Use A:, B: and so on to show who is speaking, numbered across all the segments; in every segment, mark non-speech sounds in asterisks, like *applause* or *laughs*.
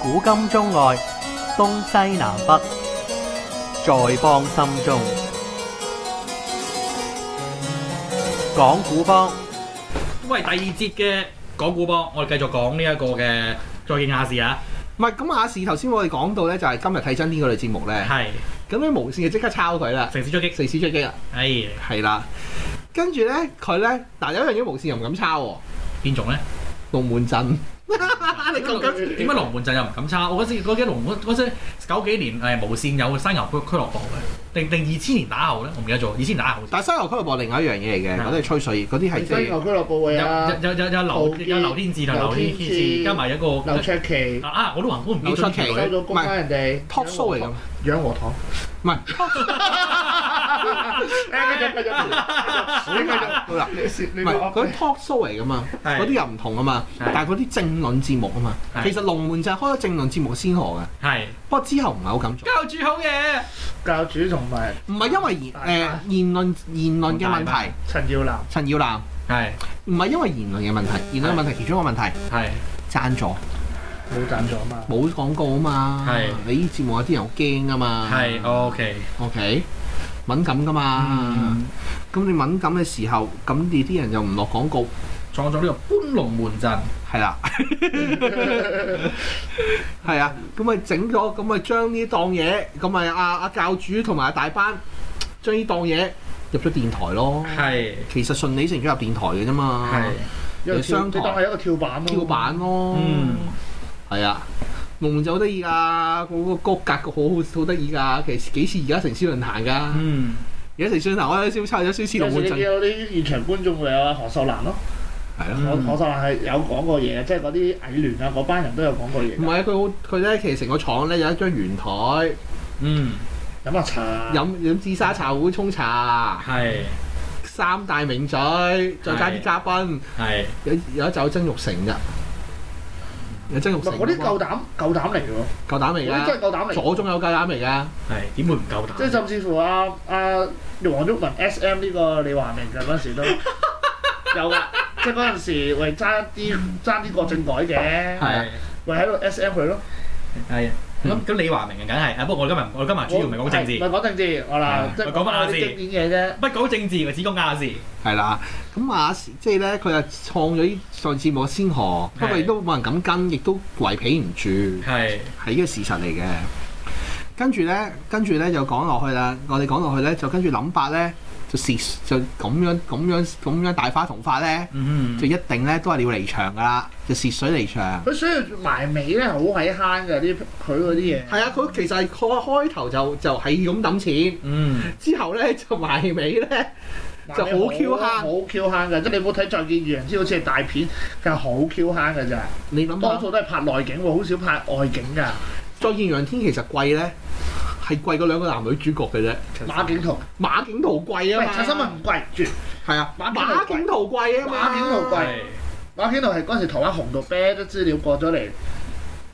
A: 古今中外，東西南北，在邦心中。講古幫
B: 喂，第二節嘅講古波，我哋繼續講呢一個嘅再見亞視啊，
C: 唔係咁亞視頭先我哋講到咧，就係今日睇真啲嗰類節目咧，
B: 係
C: 咁咧無線就即刻抄佢啦，
B: 城市追 *laughs* 擊，
C: 四 C 追擊啊，
B: 哎
C: 係啦，跟住咧佢咧嗱有一樣嘢無線又唔敢抄喎，
B: 邊種咧？
C: 龍門陣，你咁緊
B: 點解龍門陣又唔敢差？我嗰時嗰幾龍嗰時九幾年誒無線有犀牛俱俱樂部嘅，定定二千年打後咧，我唔記得咗，二千年打後
C: 但係西遊俱樂部另外一樣嘢嚟
B: 係
C: 嘅，
B: 啊
C: 嗰啲係吹水，嗰啲係
D: 係
C: 即
D: 犀牛
C: 係
D: 俱樂部
B: 有
D: 會啊，
B: 有有有劉有劉天志同劉天志，加埋一個
D: 劉卓琪
B: 啊，我都還估唔記得
D: 收
B: 咗
D: 咗工翻人哋
C: talk show 嚟㗎，
D: 養和堂。
C: 唔係 talk
D: *laughs*
C: show
D: 哎誒，繼續繼續，你
C: *laughs*
D: 繼續，
C: 好啦
D: 你先你
C: 唔
D: 講
C: 係嗰啲 talk show 嚟㗎嘛，
B: 係
C: 嗰啲又唔同啊嘛，
B: 係
C: 但係嗰啲政論節目啊嘛，
B: 係
C: 其實龍門陣開咗政論節目先河嘅，
B: 係
C: 不過之後唔係好敢做，
B: 教主好嘢，
D: 教主同埋
C: 唔係因為言誒、
D: 大班
C: 言論言論嘅問
B: 大
C: 題
B: 班，
D: 陳耀南，
C: 陳耀南。
B: 係
C: 唔係因為言論嘅問題，言論嘅問題其中一個問題
B: 係
C: 贊助
D: 冇贊助啊嘛，
C: 冇廣告啊嘛，
B: 係
C: 你呢節目有啲人好驚噶嘛，
B: 係 OK，Ừ.
C: OK 敏感噶嘛，
B: 嗯，
C: 咁、你敏感嘅時候，咁你啲人又唔落廣告，
B: 創作呢個搬龍門陣，
C: 係 *laughs* 啦，係啊，咁咪整咗，咁咪將呢檔嘢，咁咪阿阿教主同埋阿大班將呢檔嘢入咗電台咯，
B: 係
C: 其實順理成章入電台嘅啫嘛，
B: 係
D: 一個跳
C: 商
D: 你
C: 台
D: 當係一個跳板咯，
C: 跳板咯，
B: 嗯。
C: 係啊，龍就好得意㗎，嗰、個個格局好好好得意㗎。其實幾似而家城市論壇㗎，
B: 嗯，
C: 而家城市論壇我有少少差咗少少
D: 有
C: 龍
D: 時
C: 門
D: 你見
C: 陣，
D: 到啲現場觀眾會有啊何秀蘭咯，
C: 係
D: 何
C: 咯。
B: 嗯
D: 何秀蘭係有講過嘢嘅，即係嗰啲蟻聯啊嗰班人都有講過嘢
C: 唔
D: 嘅，
C: 係啊，佢好佢咧，其實成個廠咧有一張圓台，
B: 嗯，
D: 飲下茶，
C: 飲飲紫砂茶壺沖茶，
B: 係
C: 三大名嘴，再加啲嘉賓，
B: 係
C: 有有一集有曾玉成㗎，有曾玉
D: 唔
C: 成
D: 係
C: 㗎喎。
D: 嗰啲夠膽夠膽嚟嘅喎，
C: 夠膽嚟
D: 嗰啲真
C: 㗎，
D: 係夠膽嚟嘅，
C: 左中有夠膽嚟㗎，
B: 係，點會唔夠膽？
D: 即係甚至乎啊啊黃毓民 S.M 呢個李華明嘅嗰陣時都有㗎，即係嗰陣時喂爭啲爭啲國政改嘅，
B: 係
D: 喂喺度 S.M 佢咯。
B: 係咁咁，李華明梗係啊，不過我今日我今日主要唔係講政
D: 唔
B: 治，
D: 係講政治，我
B: 係
D: 啦
B: 啊，
D: 即係
B: 講翻
D: 下
B: 亞視
D: 啲經典嘢啫。
B: 不講政治，只講亞視，
C: 係啦。咁啊，即係咧，佢就創咗呢上節目嘅先河，不過亦都冇人敢跟，亦都圍皮唔住。
B: 係
C: 係呢個事實嚟嘅。跟住咧，跟住咧就講落去啦。我哋講落去咧，就跟住諗法咧，就蝕就咁樣咁樣咁樣大花筒法咧，
B: 嗯
C: 就一定咧都係要離場噶啦，就蝕水離場。
D: 佢所以埋尾咧好喺慳嘅啲佢嗰啲嘢。
C: 係啊，佢其實係開開頭就就係咁抌錢，
B: 嗯
C: 之後咧就埋尾咧，
D: 埋
C: 就
D: 尾
C: 好 Q 慳
D: 好 Q 慳嘅。即係你冇睇《再見楊之》好似係大片，佢係好 Q 慳嘅咋。
C: 你諗
D: 多
C: 下，
D: 數都係拍內景喎，好少拍外景㗎。
C: 再見楊天其實貴咧，係貴過兩個男女主角嘅啫。
D: 馬景圖，
C: 馬景圖貴
D: 唔
C: 啊
D: 係
C: 嘛，
D: 陳新文唔貴，絕。
C: 係啊，
D: 馬
C: 馬
D: 景
C: 景圖貴啊嘛，
D: 馬景圖貴
B: 係
D: 馬景圖係嗰陣時台灣紅到啤都資料過咗嚟，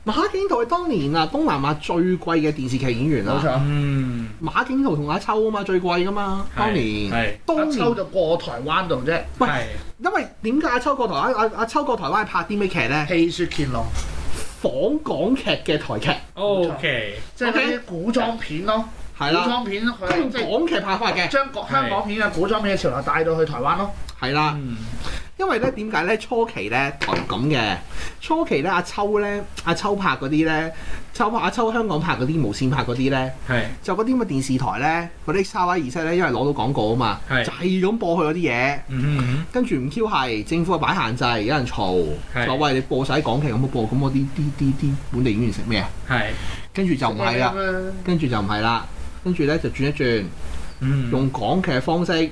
C: 馬景圖係當年啊東南亞最貴嘅電視劇演員
D: 冇
C: 啊，
D: 錯。
B: 嗯
C: 馬景圖同阿秋啊嘛最貴噶嘛，
B: 係
C: 當年
B: 係
C: 當
D: 阿秋
C: 年
D: 就過台灣度啫，
C: 喂
B: 係
C: 因為點解阿秋過台灣？阿阿秋過台灣係拍啲咩劇咧？
D: 戲說乾隆，
C: 訪港劇嘅台劇
B: OK
D: 即係嗰啲古裝片咯，
C: 係
D: 古
C: 啦，
D: 裝片佢
C: 跟
D: 即係
C: 港劇拍法嘅
D: 將國香港片嘅古裝片嘅潮流帶到去台灣咯。
C: 係啦，
B: 嗯
C: 因為咧點解咧初期咧台咁嘅初期咧阿秋咧阿秋拍嗰啲咧秋拍阿秋香港拍嗰啲無線拍嗰啲咧
B: 係
C: 就嗰啲咁嘅電視台咧嗰啲沙威儀式咧因為攞到廣告啊嘛，
B: 係
C: 就係咁播佢嗰啲嘢。
B: 嗯
C: 跟住唔 Q 係政府又擺限制，有人嘈，
B: 係
C: 話喂你播晒港劇咁樣播，咁我啲啲啲啲本地演員食咩啊？
B: 係
C: 跟住就唔係啦，
D: 啦。
C: 跟住就唔係啦，跟住咧就轉一轉，
B: 嗯
C: 用港劇嘅方式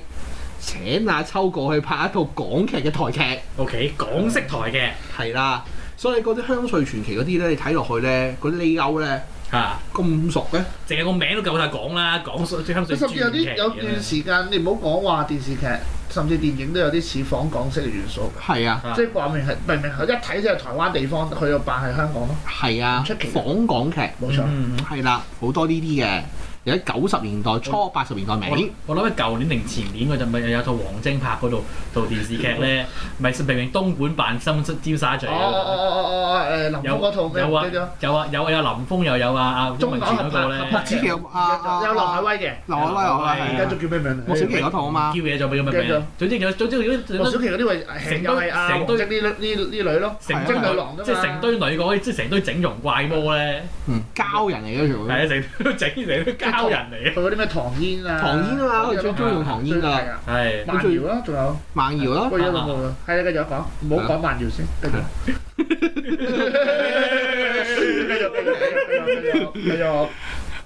C: 請阿秋過去拍一套港劇嘅台
B: OK 港式台嘅
C: 劇，係啦。所以嗰啲香水傳奇嗰啲咧，你睇落去咧，嗰啲 layout 咧
B: 嚇，
C: 咁熟嘅，
B: 淨係個名都夠晒講啦，港水香水
D: 甚至有啲有段時間，你唔好講話電視劇，甚至電影都有啲似仿港式嘅元素，
C: 係啊
B: 啊
D: 即係話明係明明係一睇就係台灣地方，佢又扮係香港咯，
C: 係啊
D: 唔出奇，
C: 仿港劇
D: 冇錯。哦
C: 係啦，好多呢啲嘅。又喺九十年代初八十年代尾
B: 我。我諗喺舊年定前年嗰陣，咪有套王晶拍嗰度套電視劇咧，咪明明東莞扮深圳尖沙咀
D: 哦哦
B: 嗰
D: 哦
B: 個
D: 哦哦哦誒林峰嗰套咩
B: 有啊
D: 唔記得咗
B: 有啊有啊有林峰又有啊啊鍾
D: 中
B: 明
D: 港
B: 全
D: 合
B: 嗰個
D: 拍合
B: 咧，
D: 拍
C: 之
D: 劇，
C: 前
D: 有
C: 有啊啊
D: 有劉海威嘅，
C: 劉海威，劉海
D: 而
C: 威
D: 家
C: 係
D: 仲叫咩名？
C: 莫小琪嗰套啊嘛
B: 叫，嘢就俾咁嘅名
D: 叫咗，
B: 總之有總之有啲
D: 莫小琪嗰啲位
B: 成
D: 又係阿
B: 成
D: 王
B: 堆
D: 晶呢呢呢女咯，
B: 成
D: 精
B: 堆
C: 係
D: 女
B: 女
D: 啊郎啫嘛
B: 即係成堆女嗰啲，即係成堆整容怪魔咧，
C: 嗯，膠人嚟嘅全部都。
B: 係啊，成堆整成堆膠人嚟嘅，
D: 佢嗰啲咩唐嫣啊，
C: 唐嫣啊嘛，我哋最中意用唐嫣
D: 係
C: 啊，
D: 啊，
B: 係
D: 慢搖啦，仲有。
C: 萬瑤啦
D: 我，而家冇啦，係你繼續講，唔好講慢搖先，繼續。繼續繼續繼續繼續繼續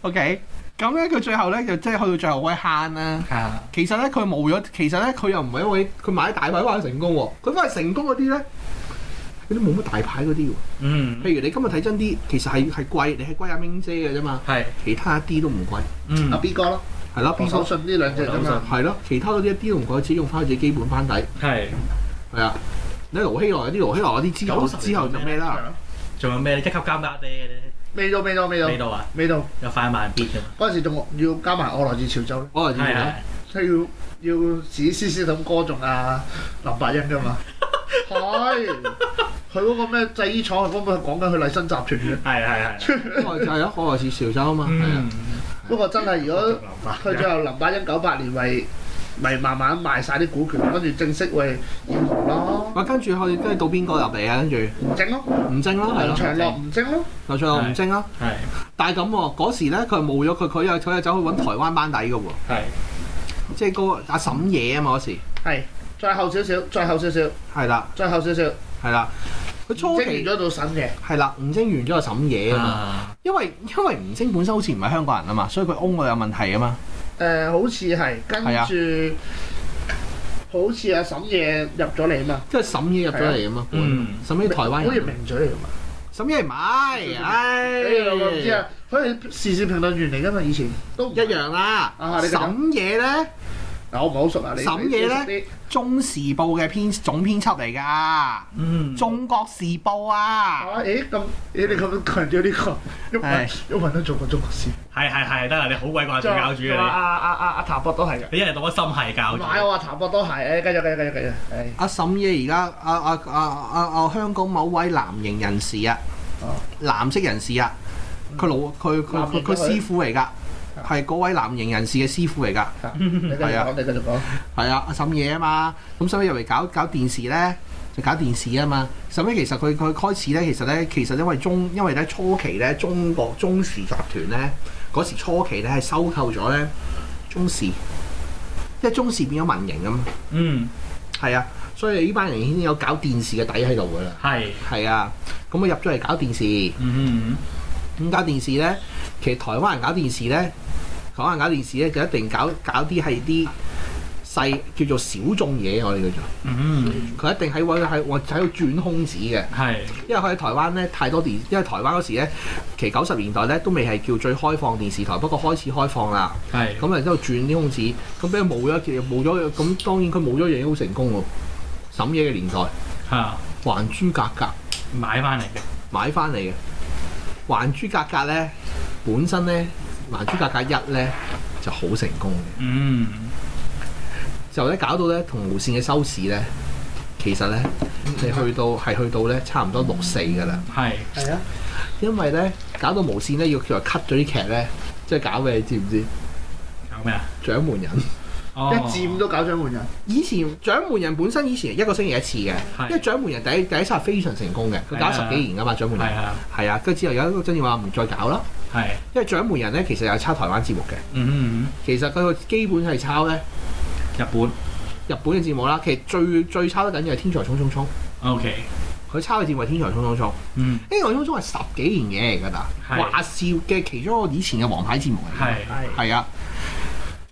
C: OK，咁咧佢最後咧就即係去到最後嗰一坑啦。
B: 啊
C: 其實咧佢冇咗，其實咧佢又唔係因為佢買大牌玩成功喎，佢反而成功嗰啲咧，佢都冇乜大牌嗰啲喎。
B: 嗯
C: 譬如你今日睇真啲，其實係係貴，你係貴阿明姐嘅啫嘛，
B: 係
C: 其他一啲都唔貴，
B: 嗯
C: 啊
D: 阿 B 哥咯，
C: 係咯
D: 我
C: ，B 手
D: 手信呢兩隻啫
B: 我手
D: 嘛，
C: 係咯，其他嗰啲一啲都唔貴，自己用翻佢自己基本班底
B: 係
C: 係啊。你盧希萊啲盧希萊嗰啲之後
B: 90
C: 之後就咩啦？
B: 仲有咩一級監家姐
D: 未到未到未到
B: 味道啊，
D: 未到，
B: 有快慢必㗎嘛，
D: 嗰陣時仲要加埋我來自潮州咧，
C: 我嚟
B: 係係
C: 知。
D: 即係要要指思思咁歌頌啊林百欣噶嘛，係佢嗰個咩製衣廠，佢根本係講緊佢麗新集團嘅，
B: 係係係，
C: 我就係咯，我來自潮州啊嘛，係啊
B: 嗯，
D: 不過真係如
C: *laughs*
D: 果。佢最後林百欣九八年為咪慢慢賣晒啲股權，跟住正式為染紅咯，
C: 哇，跟住去跟住到邊個入嚟啊？跟住
D: 吳晶咯，
C: 吳晶咯，係
D: 梁
C: 咯，
D: 長樂吳晶咯，
C: 劉卓樂吳晶咯。
B: 係
C: 但係咁喎，嗰時咧佢係冇咗佢，佢又佢又走去揾台灣班底嘅喎，
B: 係
C: 即係嗰個阿沈嘢啊嘛嗰時，
D: 係再後少少，再後少少，
C: 係啦
D: 再後少少，
C: 係啦。佢初
D: 蒸完
C: 期
D: 咗到審嘅，
C: 係啦，吳晶完咗就沈嘢啊嘛，
B: 啊，
C: 因為因為吳晶本身好似唔係香港人啊嘛，所以佢 own 我有問題啊嘛，
D: 誒好似係跟
C: 係啊
D: 住。好似阿沈夜入咗嚟嘛，
C: 即係沈嘢入咗嚟啊嘛，
B: 嗯
C: 沈嘢台灣
D: 好似
C: 人，
D: 名嘴嚟㗎嘛。
C: 沈嘢唔係，唉，
D: 誒我唔知啊，佢係時事評論員嚟㗎嘛，以前都唔
C: 一。樣啦
D: 啊。你繼
C: 沈
D: 續
C: 嘢咧，
D: 嗱，我唔係好熟啊，你
C: 沈夜咧《中時報》嘅編總編輯嚟㗎。
B: 嗯，
C: 中國時報啊，
D: 啊，誒咁，咦你咁樣強調呢
C: 係
D: 個，鬱文鬱文都做過中國事。
B: 係係係得啦，你好鬼掛住教主
D: 仲有阿
B: 啊
D: 阿阿阿譚博都係嘅。
B: 你，你一日當我心係教
D: 唔
B: 主，
D: 係我話譚博都係，誒哎繼續繼續繼續繼續，誒
C: 阿沈嘢而家啊啊啊啊啊香港某位藍營人士啊
D: 哦，
C: 藍色人士啊，佢老佢佢
D: 藍啊
C: 佢
D: 營
C: 佢
D: 嗰位
C: 師傅嚟㗎，係嗰位藍營人士嘅師傅嚟㗎，
D: 啊你繼續講，你繼續講。
C: 係啊，阿沈嘢啊嘛，咁所以入嚟搞搞電視咧。就搞電視啊嘛，後尾其實佢佢開始咧，其實咧，其實因為中因為咧初期咧，中國中視集團咧嗰時初期咧係收購咗咧中視，即係中視變咗民營啊嘛。
B: 嗯
C: 係啊，所以呢班人已經有搞電視嘅底喺度㗎啦。
B: 係，
C: 係啊，咁我入咗嚟搞電視，
B: 嗯
C: 咁搞電視咧，其實台灣人搞電視咧，台灣人搞電視咧就一定搞搞啲係啲細叫做小眾嘢，我哋叫做，
B: 嗯嗯
C: 佢一定喺揾喺我喺度轉空子嘅，
B: 係
C: 因為佢喺台灣咧太多電，因為台灣嗰時咧，其實九十年代咧都未係叫最開放電視台，不過開始開放啦。
B: 係，
C: 咁啊，之後轉啲空子，咁俾佢冇咗一件，冇咗，咁當然佢冇咗一樣嘢好成功喎。審嘢嘅年代，
B: 嚇
C: 還珠格格
B: 買翻嚟嘅，
C: 買翻嚟嘅，還珠格格咧本身咧，還珠格格一咧就好成功嘅，
B: 嗯
C: 就咧搞到咧同無線嘅收視咧，其實咧你去到係去到咧差唔多六四㗎啦，
B: 係
D: 係啊，
C: 因為咧搞到無線咧要叫佢 cut 咗啲劇咧，即係搞嘅，你知唔知？
B: 搞咩啊？
C: 掌門人。
B: 哦
D: 一至五都搞獎換人，
C: 以前掌門人本身以前一個星期一次嘅，
B: 係
C: 因為掌門人第一第一集係非常成功嘅，佢搞十幾年噶嘛，掌門
B: 係
C: 人
B: 啊
C: 係啊，跟住之後有一個真正話唔再搞啦，
B: 係，
C: 因為掌門人咧其實有抄台灣節目嘅，
B: 嗯嗯
C: 其實佢個基本係抄咧
B: 嗯，日本
C: 日本嘅節目啦，其實最最抄得緊要係《天才衝衝衝》，
B: OK，
C: 佢抄嘅節目係《天才衝衝衝》，
B: 嗯
C: 《天才衝衝》係十幾年嘢嚟㗎啦，
B: 係
C: 話笑嘅其中一個以前嘅王牌節目嚟㗎，
B: 係
D: 係
C: 係啊，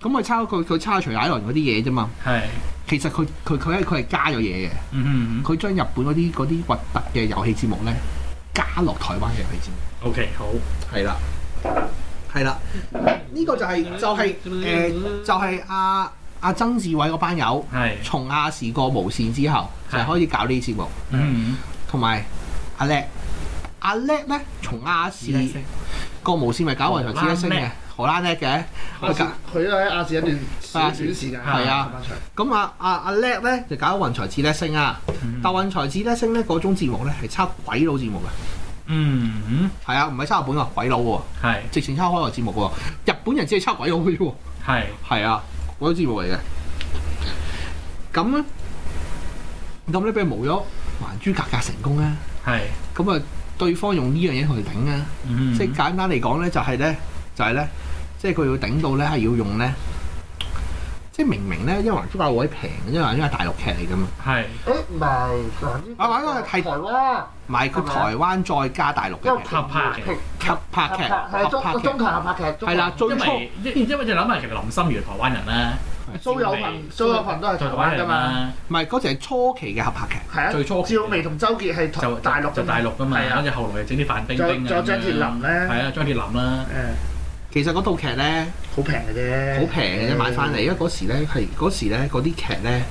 C: 咁佢抄佢佢抄徐乃麟嗰啲嘢啫嘛，
B: 係，
C: 其實佢佢佢係佢係加咗嘢嘅。
B: 嗯嗯
C: 佢將日本嗰啲嗰啲核突嘅遊戲節目咧，加落台灣嘅遊戲節目。
B: OK 好，
C: 係啦，係啦，呢、個就係、就係、誒就係阿阿曾志偉嗰班友
B: 係
C: 從亞視過無線之後，就
B: 係
C: 開始搞呢啲節目，
B: 嗯
C: 同埋阿叻。阿叻咧，從亞視過無線咪搞《雲上紫一星》嘅，荷蘭叻嘅，
D: 亞視佢都喺亞視一段小短時間，
C: 啊係啊咁啊啊阿叻咧就搞雲才智叻星啊，
B: 嗯
C: 但雲才智叻星咧嗰種節目咧係抄鬼佬節目嘅，
B: 嗯，
C: 係啊，唔係抄日本啊，鬼佬喎，
B: 係
C: 直情抄海外節目喎，日本人只係抄鬼佬嘅啫喎。
B: 係
C: 係啊，我都知冇嚟嘅。咁咧，咁咧俾佢無咗還珠格格成功咧，
B: 係，
C: 咁啊對方用呢樣嘢同佢頂啊，
B: 嗯
C: 即係簡單嚟講咧，就係咧，就係咧，即係佢要頂到咧係要用咧，即係明明咧，因為還珠格格位平，因為還珠格格係大陸劇嚟噶嘛，
B: 係
D: 誒唔係，
C: 啊玩嗰個係
D: 台灣
C: 唔係佢
D: 係咪
C: 台灣再加大陸
D: 因
C: 嘅
D: 為
C: 劇
B: 合拍嘅
C: 合拍劇，
D: 係中
C: 合拍
D: 中
C: 劇
D: 劇合拍劇，中
C: 係啦，
D: 劇
C: 最
B: 因
C: 初
B: 為因因為你諗下，其實林心如係台灣人啦，
D: 蘇有朋蘇有朋都係台
B: 台
D: 灣
B: 灣
D: 㗎
B: 人
D: 嘛，
B: 啦，
C: 唔係嗰時係初期嘅合拍劇，
D: 係啊，
B: 最初期
D: 趙薇同周傑係
B: 就
D: 台大陸㗎
B: 就
D: 嘛
B: 大陸㗎嘛，
D: 係啊
B: 跟住後來又整啲范冰
D: 仲有
B: 冰啊，
D: 仲有張鐵林咧
B: 係啊，張鐵林啦，
C: 其實嗰套劇咧。
D: 誒好平嘅啫，
C: 好平嘅啫，買翻嚟。因為嗰時咧係嗰時咧嗰啲劇咧，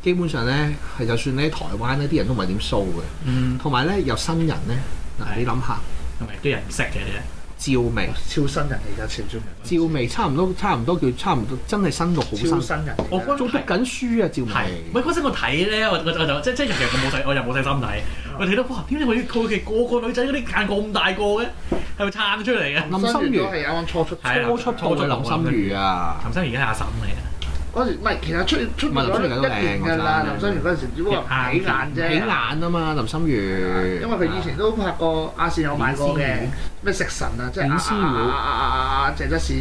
C: 基本上咧係就算咧台灣呢啲人都唔係點蘇嘅，
B: 嗯，
C: 同埋咧有新人咧，嗱
B: 係
C: 你諗下，
B: 同埋啲人唔識嘅啫，
C: 趙薇，
D: 超新人嚟㗎，潮中人，
C: 趙薇差唔多差唔多叫差唔多，真係新到好
D: 超
C: 新，
D: 新人嚟㗎。
B: 我覺得
C: 仲讀緊書啊趙
B: 係，
C: 薇
B: 喂，，嗰陣我睇咧，我我我就即即其實我冇細，我又冇細心睇，我睇到哇，點解佢佢佢個個女仔嗰啲眼角咁大個嘅，係咪撐出嚟嘅？
C: 林心
D: 新月
C: 如
D: 都係啱啱初出，
B: 係啊
C: 初出道嘅林心如啊，
B: 林心如而家係阿嬸嚟嘅，
D: 嗰時唔係，其實出出
C: 唔係
D: 面
C: 林
D: 咗
C: 心如都
D: 一年㗎啦。林
C: 靚
D: 心如嗰陣時只不過起眼啫，
C: 起眼啊嘛林心如，
D: 因為佢以前都拍過亞視有買過嘅咩食神啊，即係阿阿阿阿阿謝則仕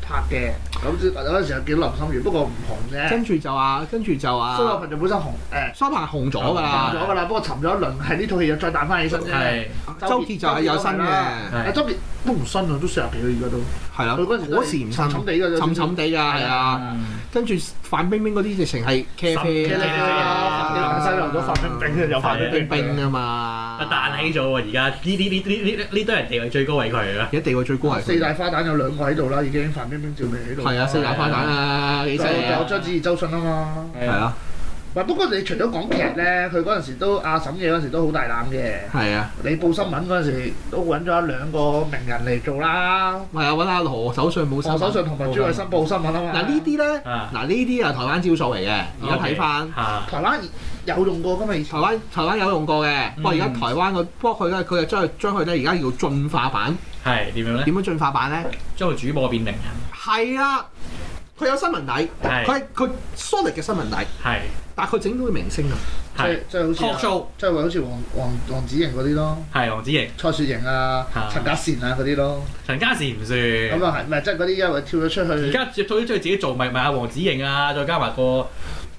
D: 拍嘅。咁嗰陣時有見到林心如，不過唔紅啫。
C: 跟住就啊跟住就
D: 蘇有
C: 啊，
D: 朋就本身紅誒
C: 蘇鵬紅咗㗎
D: 沉
C: 啦，
D: 咗㗎啦，不過沉咗一輪，係呢套戲又再彈翻起身啫。
B: 係
C: 周傑就係有新嘅。
D: 阿周傑都唔新啊，都四十幾啦而家都。
C: 係啦，
D: 佢嗰陣時都
C: 嗰時唔
D: 沉
C: 新
D: 沉。地㗎，
C: 沉沉地㗎，係啊，
B: 嗯
C: 跟住范冰冰嗰啲直情係茄啡
D: 嘅
B: 茄
D: 你
B: 啡
D: 啊，
B: 啊
D: 你西流咗范冰冰有
C: 范冰
D: 范冰
C: 冰
D: 冰
C: 啊嘛，
B: 啊彈起咗喎，而家呢呢呢呢呢呢堆人地位最高位佢啦，
C: 而家地位最高係
D: 四
C: 佢
D: 大花旦有兩個喺度啦，已經范冰冰、趙薇喺度。
C: 係啊，四大花旦啊，幾犀
D: 就
C: 利
D: 有
C: 啊，
D: 張子怡、周迅啊嘛。
B: 係
C: 係，啊，
D: 喂，不過你除咗講劇咧，佢嗰陣時都阿沈嘢嗰陣時都好大膽嘅。
C: 係啊，
D: 你報新聞嗰陣時都揾咗兩個名人嚟做啦，
C: 係啊，揾阿何首信冇
D: 何
C: 哦手
D: 守信同埋朱慧心報新聞啊嘛。
C: 嗱呢啲咧，
B: 啊
C: 嗱呢啲啊台灣招數嚟嘅，而家睇翻。
B: 嚇，
D: 台灣有用過㗎嘛？以
C: 台
D: 前
C: 灣台灣有用過嘅，不過而家
B: 嗯
C: 台灣個，不過佢咧佢就將佢將佢咧而家叫進化版，
B: 係點樣咧？
C: 點樣進化版咧？
B: 將個主播變名人，
C: 係啊，佢有新聞底，佢
B: 係
C: 係佢 solid 嘅新聞底，
B: 係
C: 但係佢整到佢明星啊。
D: 即係
B: 係
D: 即係好似
B: talk show
D: 即係好似黃黃黃子瑩嗰啲咯，
B: 係黃子瑩，
D: 蔡雪瑩啊
B: 啊、
D: 陳家善啊嗰啲咯，
B: 陳家善唔算，
D: 咁啊係咪即係嗰啲因為跳咗出
B: 而
D: 去
B: 家最最中意自己做咪咪阿黃子瑩啊，再加埋個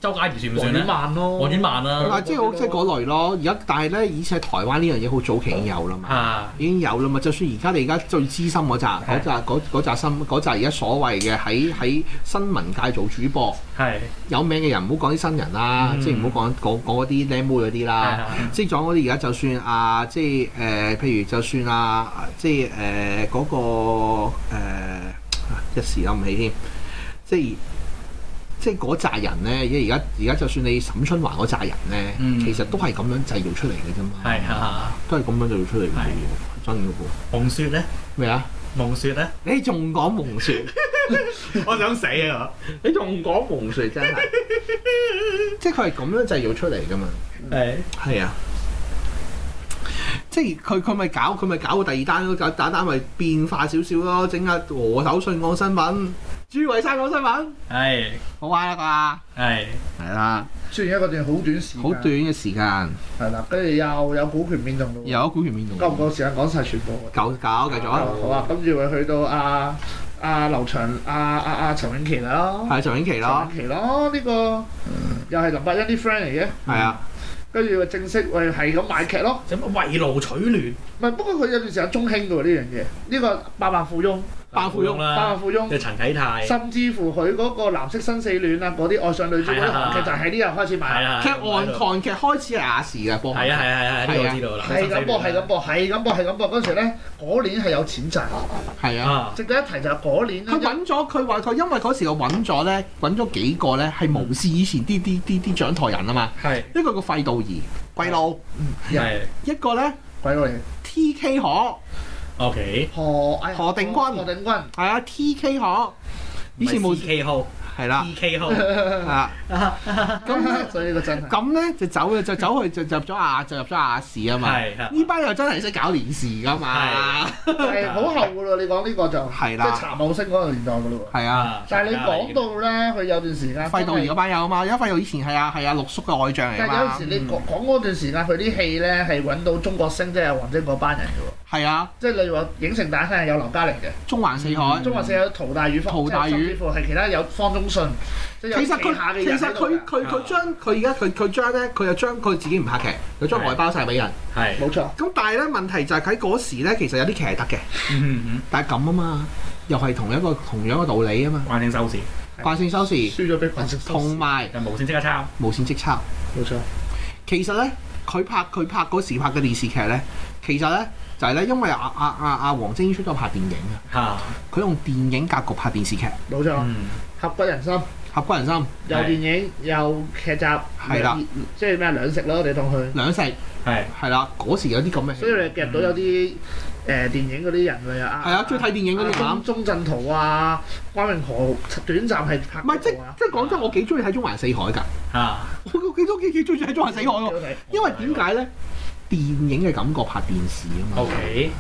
B: 周家怡算唔算
D: 黃哦婉
B: 咧？
D: 曼咯，
B: 黃婉曼啦
C: 啊，即係好即係嗰類咯。而家但係咧，以前喺台灣呢樣嘢好早期已經有啦嘛，
B: 啊，
C: 已經有啦嘛。就算而家你而家最資深嗰扎嗰扎嗰嗰扎新嗰扎而家所謂嘅喺喺新聞界做主播
B: 係
C: 有名嘅人，唔好講啲新人啦，
B: 嗯
C: 即係唔好講講講嗰啲靚妹嗰啲
B: 係
C: 啦。
B: 係
C: 即係講嗰啲而家就算啊，即係誒、呃譬如就算啊，即係誒嗰個、呃、一時諗唔起添，即係即係嗰扎人咧，因為而家而家就算你沈春華嗰扎人咧，
B: 嗯
C: 其實都係咁樣製造出嚟嘅啫嘛，
B: 係啊，
C: 都係咁樣製造出嚟嘅
B: 係
C: 喎，真嘅喎，
B: 夢雪咧，
C: 咩啊？
B: 夢雪
C: *laughs*
B: 咧，
C: 你仲講蒙雪？
B: 我想死啊！
C: *laughs* 你仲講蒙雪真係， *laughs* 即係佢係咁樣製造出嚟噶嘛？
B: 係
C: 係啊，即係佢佢咪搞佢咪搞第二單咯，搞打單咪變化少少咯，整下何守信講新聞，朱偉生講新聞，
B: 係
C: 好玩啦
B: 係
C: 啩？係啦，
D: 雖然一個段好短時間，
C: 好短嘅時間，
D: 係啦，跟住又有股權變動咯，
C: 又有股權變動，
D: 夠唔夠時間講晒全部啊？
C: 夠搞繼續啊！
D: 好啊，跟住會去到阿阿劉翔、阿阿阿陳永琪啦，
C: 係陳永琪咯，嗯
D: 陳永琪咯，呢個又係林百欣啲 friend 嚟嘅，
C: 係啊，
D: 跟住正式喂係咁買劇咯。
B: 做乜圍爐取暖？
D: 唔係，不過佢有段時間中興嘅喎呢樣嘢，呢個百萬富翁、
C: 包括
B: 包括
D: 百萬
B: 啦，
D: 富翁
B: 即係，陳啟泰，
D: 甚至乎佢嗰個藍色新四戀啊，嗰啲愛上女主嗰啲韓劇就係呢日開始賣
B: 係
D: 啦，
B: 啊，
C: 劇岸韓劇開始係亞視嘅播，
B: 係啊係啊係啊，呢個我知道啦，
D: 係咁播，係咁播，係咁播，係咁播。嗰陣時咧，嗰年係有錢賺。
C: 係啊。
B: 啊，
D: 值得一提就係嗰年
C: 佢
D: 咧，
C: 揾咗佢話佢因為嗰時我揾咗咧，揾咗幾個咧係無視以前啲啲啲啲掌台人啊嘛，
B: 係
C: 一個個費道兒、貴佬，
B: 啊係
C: 一個咧
D: 鬼佬嚟，
C: T.K. 可
B: O K，
D: 何哎呀
C: 何定君
D: 何定君
C: 係啊，T.K. 學以前冇
B: K 號
C: 係啦
B: ，E K 號，
C: 啊，咁呢
D: *laughs* 所以呢個真係
C: 咁咧就走就走去就入咗亞就入咗亞視啊嘛。
B: 係係
C: 呢班又真係識搞年事噶嘛。
D: 係好後噶咯。你講呢個就
C: 係
D: 即
C: 啦
D: 係查某星嗰個年代噶咯喎。
C: 係啊，
D: 但係你講到咧，佢有段時間
C: 費道
D: 真係
C: 兒嗰班友啊嘛，因為費道兒以前係啊係啊陸叔嘅外將嚟
D: 但係
C: 㗎
D: 有陣
C: 嘛嗯
D: 時。你講講嗰段時間，佢啲戲咧係揾到中國星，即係黃晶嗰班人嘅喎。
C: 係啊，
D: 即係例如話影城大生係有劉嘉玲嘅，
C: 中環四海。
D: 嗯中華社有陶大宇、方
C: 陶啊大宇
D: 甚至乎係其他有方中信，即係有
C: 其實
D: 幾下
C: 佢
D: 嘅
C: 其
D: 人
C: 實
D: 喺度
C: 佢
D: 㗎
C: 佢佢將佢而家佢佢將咧佢又將佢自己唔拍劇，佢將外包晒俾人。
B: 係，
D: 冇錯，
C: 咁但係咧問題就係喺嗰時咧，其實有啲劇係得嘅，
B: 嗯嗯
C: 但係咁啊嘛，又係同一個同樣嘅道理啊嘛
B: 嗯，。慣性收視，
C: 慣性收視
D: 輸咗俾群星收視
C: 同埋
B: 但無線即刻抄，
C: 無線即測，
D: 冇錯，
C: 其實咧佢拍佢拍嗰時拍嘅電視劇咧，其實咧就係咧因為阿阿阿阿黃晶出咗拍電影啊，
B: 嚇，
C: 佢用電影格局拍電視劇，
D: 冇錯，
B: 嗯，
D: 合骨人心，
C: 合骨人心
D: 有電影有劇集，係
C: 啦，
D: 即係咩兩食咯，你當佢。
C: 兩食
B: 係，
C: 係啦，嗰時有啲咁嘅戲
D: 所以，你夾到有啲誒電影嗰啲人咪啊，
C: 嗯係啊，中意睇電影嗰啲
D: 啊
C: 啱。
D: 鍾鎮濤啊、關詠荷短暫係拍
C: 唔係即
D: 過啊
C: 即講真，我幾中意睇《中環四海》㗎，
B: 嚇，
C: 我我幾中幾幾中意睇《中環四海》喎，因為點解咧？電影嘅感覺拍電視啊
D: 哦
C: 嘛。
B: O K，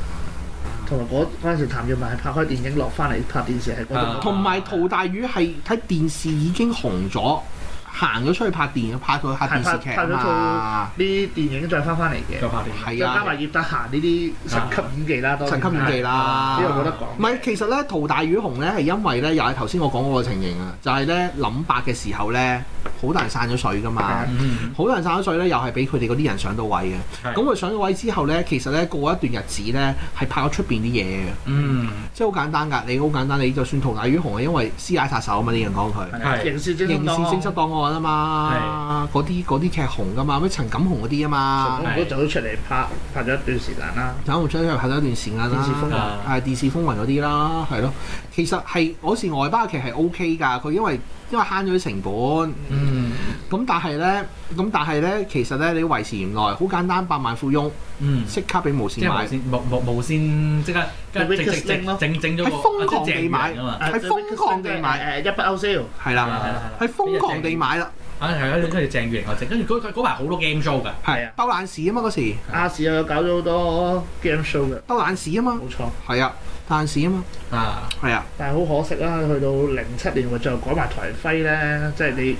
D: 同埋嗰嗰陣時，譚耀文係拍開電影落翻嚟拍電視係嗰
B: 啊
D: 度，
C: 同埋陶大宇係喺電視已經紅咗，行咗出去拍電拍佢拍電視劇啊嘛，
D: 啲電影再翻翻嚟嘅
B: 再，拍啲，
D: 再
C: 係
D: 加
C: 啊，
D: 埋葉德嫻呢啲神級演技啦，當然
C: 神級演技啦，
D: 呢個冇得講
C: 唔係，其實咧，陶大宇紅咧係因為咧，又係頭先我講嗰個情形啊，就係咧諗白嘅時候咧，好多人散咗水噶嘛，
B: 嗯，
C: 好多人散咗水咧，又係俾佢哋嗰啲人上到位嘅。
B: 係
C: 咁佢上咗位之後咧，其實咧過一段日子咧，係拍咗出邊啲嘢嘅，
B: 嗯，
C: 即係好簡單㗎。你好簡單，你就算陶大宇紅係因為師奶殺手啊嘛，啲人講佢。
D: 係刑事偵
C: 刑
D: 緝
C: 事偵
D: 檔
C: 緝檔案啊嘛，嗰啲嗰啲劇紅噶嘛，咩陳錦鴻嗰啲啊嘛，
D: 我都走咗出嚟拍拍咗一段時間啦，
C: 陳錦鴻出咗拍咗一段時間啦，
D: 電視風雲
C: 係電視風雲嗰啲啦，係咯，其實係嗰時外包劇係 O K 㗎，佢因為因為慳咗啲成本，
B: 嗯，
C: 咁但係咧，咁但係咧，其實咧你維持唔耐，好簡單，百萬富翁
B: 嗯。
C: 即刻俾無線
B: 即係無
C: 買，
B: 線無無無線即刻跟住
D: The
B: 整
D: Weakest
B: 整
D: Link 咯
B: 整整咗個
C: 係瘋狂地買
B: 啊嘛，
C: 係瘋狂地買，
D: 誒一筆勾銷。
C: 係
B: 係
C: 啦，
B: 啦係啦
C: 係瘋狂地買啦，
B: 啊係啊，跟住鄭裕玲我整，跟住嗰嗰排好多 game show 㗎，
D: 係
C: 係
D: 啊
C: 兜爛市啊嘛嗰時，
D: 亞視又有搞咗好多 game show 嘅，
C: 兜爛市啊嘛，
D: 冇錯。
C: 係啊，兜爛市啊嘛，
B: 啊
C: 係啊，
D: 但係好可惜啦，去到零七年咪最後改埋台徽咧，即係你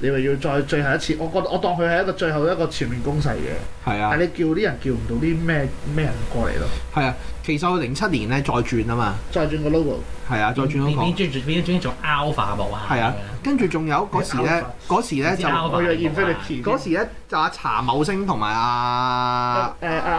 D: 你咪要再最後一次。我覺得我當佢係一個最後一個全面攻勢嘅，
C: 係啊
D: 但。係你叫啲人叫唔到啲咩咩人過嚟咯。
C: 係啊，其實我零七年咧再轉啊嘛，
D: 再轉個 logo，
C: 係啊，再轉香港
B: 變，變轉變轉做 alpha 幕啊，
C: 係啊，跟住仲有嗰時咧，嗰時咧就
B: 然之後
D: 我約 Infinity
C: 嗰時咧就阿查某星同埋阿
D: 誒啊啊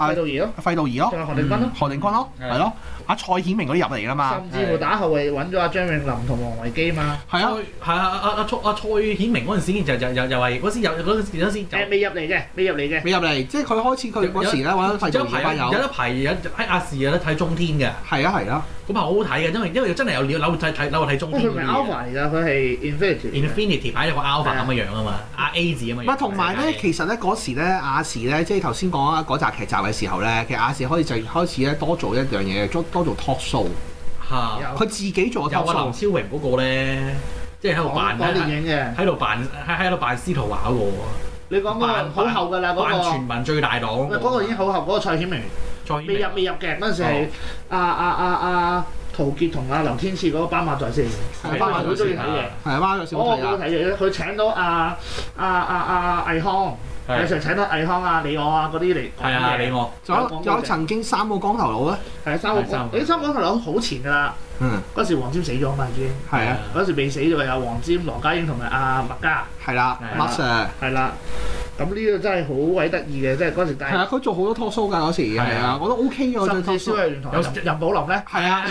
D: 啊費道兒咯，
C: 費道兒咯
D: 仲，有何定君咯，
C: 何定君咯，
B: 係
C: 係咯，阿蔡顯明嗰啲入嚟
B: 啊
C: 噶嘛，
D: 甚至乎打後衞揾咗阿張永林同黃維基嘛
C: 係啊，
B: 係啊，阿阿蔡阿蔡顯明嗰陣時就又又又係嗰時有嗰陣時嗰陣時就
D: 誒未入嚟嘅，未入嚟嘅，
C: 你入嚟，即係佢開始佢
B: 有
C: 嗰時咧揾費道
B: 有一
C: 兒嗰
B: 排
C: 班
B: 有
C: 友，
B: 一排有喺亞視有得睇中天嘅，
C: 係啊係啊，
B: 嗰排好好睇嘅，因為因為真係有料扭睇睇扭睇中
D: 不過
B: 天
D: 哦佢唔
B: 嗰啲嘢。
D: 係 Alpha 嚟㗎，佢係 Infinity 嚟嘅。
B: Infinity 牌有個 Alpha
D: 係
B: 咁
D: 啊
B: 嘅樣啊嘛，阿 A 字咁嘅樣。
C: 唔係同埋咧，其實咧嗰時咧亞視咧，即係頭先講啊嗰集劇集嘅時候咧，其實亞視開始就開始咧多做一樣嘢，多多做 talk show，
B: 嚇
D: 有
C: 佢自己做
B: 有
C: talk
B: 啊，林
C: show，
B: 超榮嗰個咧，即係喺度
D: 講
B: 扮
D: 講電
B: 喺
D: 影嘅，
B: 喺度扮喺喺度扮司徒華嗰個喎，
D: 你講嗰
B: 扮
D: 個好後㗎啦，嗰
B: 扮全
D: 個
B: 民最大黨
D: 喂嗰個已經好後，嗰個蔡顯明。
B: 蔡顯
D: 未
B: 明哦
D: 入未入嘅嗰陣時係阿阿阿阿陶傑同阿劉天賜嗰個斑馬在線，
C: 係
D: 斑馬好中意睇
B: 啊
D: 嘅。
C: 係啊，媽有少
D: 我哦我
C: 睇
D: 幾
C: 啦
D: 好。睇嘅，佢請到阿阿阿阿倪匡，有
B: 係
D: 時候請到倪匡啊、李我啊嗰啲嚟講
B: 係啊，
D: 嘢
B: 你我
C: 仲有仲有曾經三個光頭佬咧，
D: 係啊，三個
B: 係三個
D: 你三個頭佬好前㗎啦，
C: 嗯，
D: 嗰時黃霑死咗嘛已經，
C: 係啊，
D: 嗰時未死就有黃霑、羅家英同埋阿麥嘉，
C: 係啦
B: 係啊
C: ，Mark Sir，
D: 係啦。咁呢個真係好鬼得意嘅，即係嗰時
C: 係
D: 但
C: 啊，佢做好多 talk show 㗎嗰時，
B: 係啊
C: 係啊，我都 OK 嘅，我
D: 係甚
C: 對
D: 至
C: talk
D: 蕭
C: show，
D: 若元同
B: 有
D: 任任寶林咧，
C: 係啊，